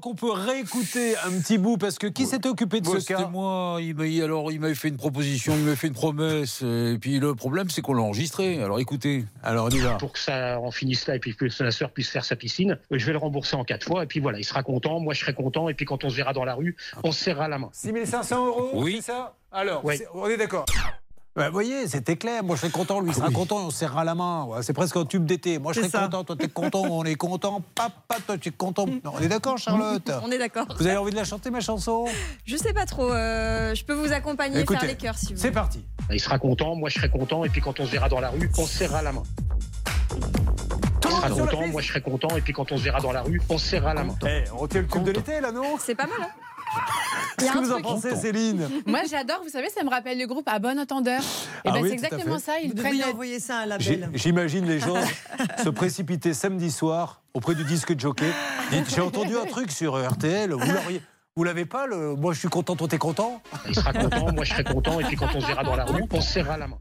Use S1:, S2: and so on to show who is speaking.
S1: qu'on peut réécouter un petit bout parce que qui s'était occupé de
S2: Moi,
S1: ce
S2: c'était
S1: cas
S2: moi. Il m'a- il- alors, il m'avait fait une proposition, il m'avait fait une promesse. Et puis le problème, c'est qu'on l'a enregistré. Alors écoutez.
S1: Alors on y va.
S3: pour que ça en finisse là et puis que sa sœur puisse faire sa piscine. Euh, Je vais le rembourser en quatre fois et puis voilà, il sera content, moi je serai content et puis quand on se verra dans la rue, on se serrera la main.
S1: 6500 euros
S2: Oui.
S1: C'est ça Alors,
S3: Oui.
S1: c'est- on est d'accord. Bah, vous voyez, c'était clair. Moi, je serais content, lui, il sera content, on se serrera la main. Ouais, C'est presque un tube d'été. Moi, je
S4: C'est
S1: serais
S4: ça.
S1: content, toi, t'es content, on est content. Papa, toi, tu es content. Non, on est d'accord, Charlotte
S5: On est d'accord.
S1: Vous avez envie de la chanter, ma chanson
S5: Je sais pas trop. euh, je peux vous accompagner,
S1: Écoutez,
S5: faire les cœurs si vous
S1: C'est
S5: voulez.
S1: parti.
S3: Il sera content, moi je serai content et puis quand on se verra dans la rue, on se serrera la main.
S1: Tout
S3: Il
S1: le
S3: sera
S1: monde sur la
S3: content,
S1: piste.
S3: moi je serai content et puis quand on se verra dans la rue, on se serrera la main.
S1: Eh, on retient le tube de l'été, là, non
S5: C'est pas mal. Hein Il y
S1: Qu'est-ce
S5: a
S1: que
S5: un
S1: vous en
S5: truc.
S1: pensez, Céline
S6: Moi, j'adore, vous savez, ça me rappelle le groupe à bon entendeur. Et
S1: Ah
S6: ben,
S1: oui,
S6: c'est
S1: tout à
S6: exactement
S1: fait.
S6: ça. Ils
S4: Vous
S6: prennent
S4: devriez
S6: la-
S4: envoyer ça à la
S1: J'ai-
S4: belle.
S1: J'imagine les gens se précipiter samedi soir auprès du disque jockey. Dites, J'ai entendu un truc sur euh, RTL. Vous l'auriez- vous l'avez pas le Moi, je suis content, toi, t'es content
S3: Il sera content, moi je serai content et puis quand on se verra dans la rue, on se serrera la main.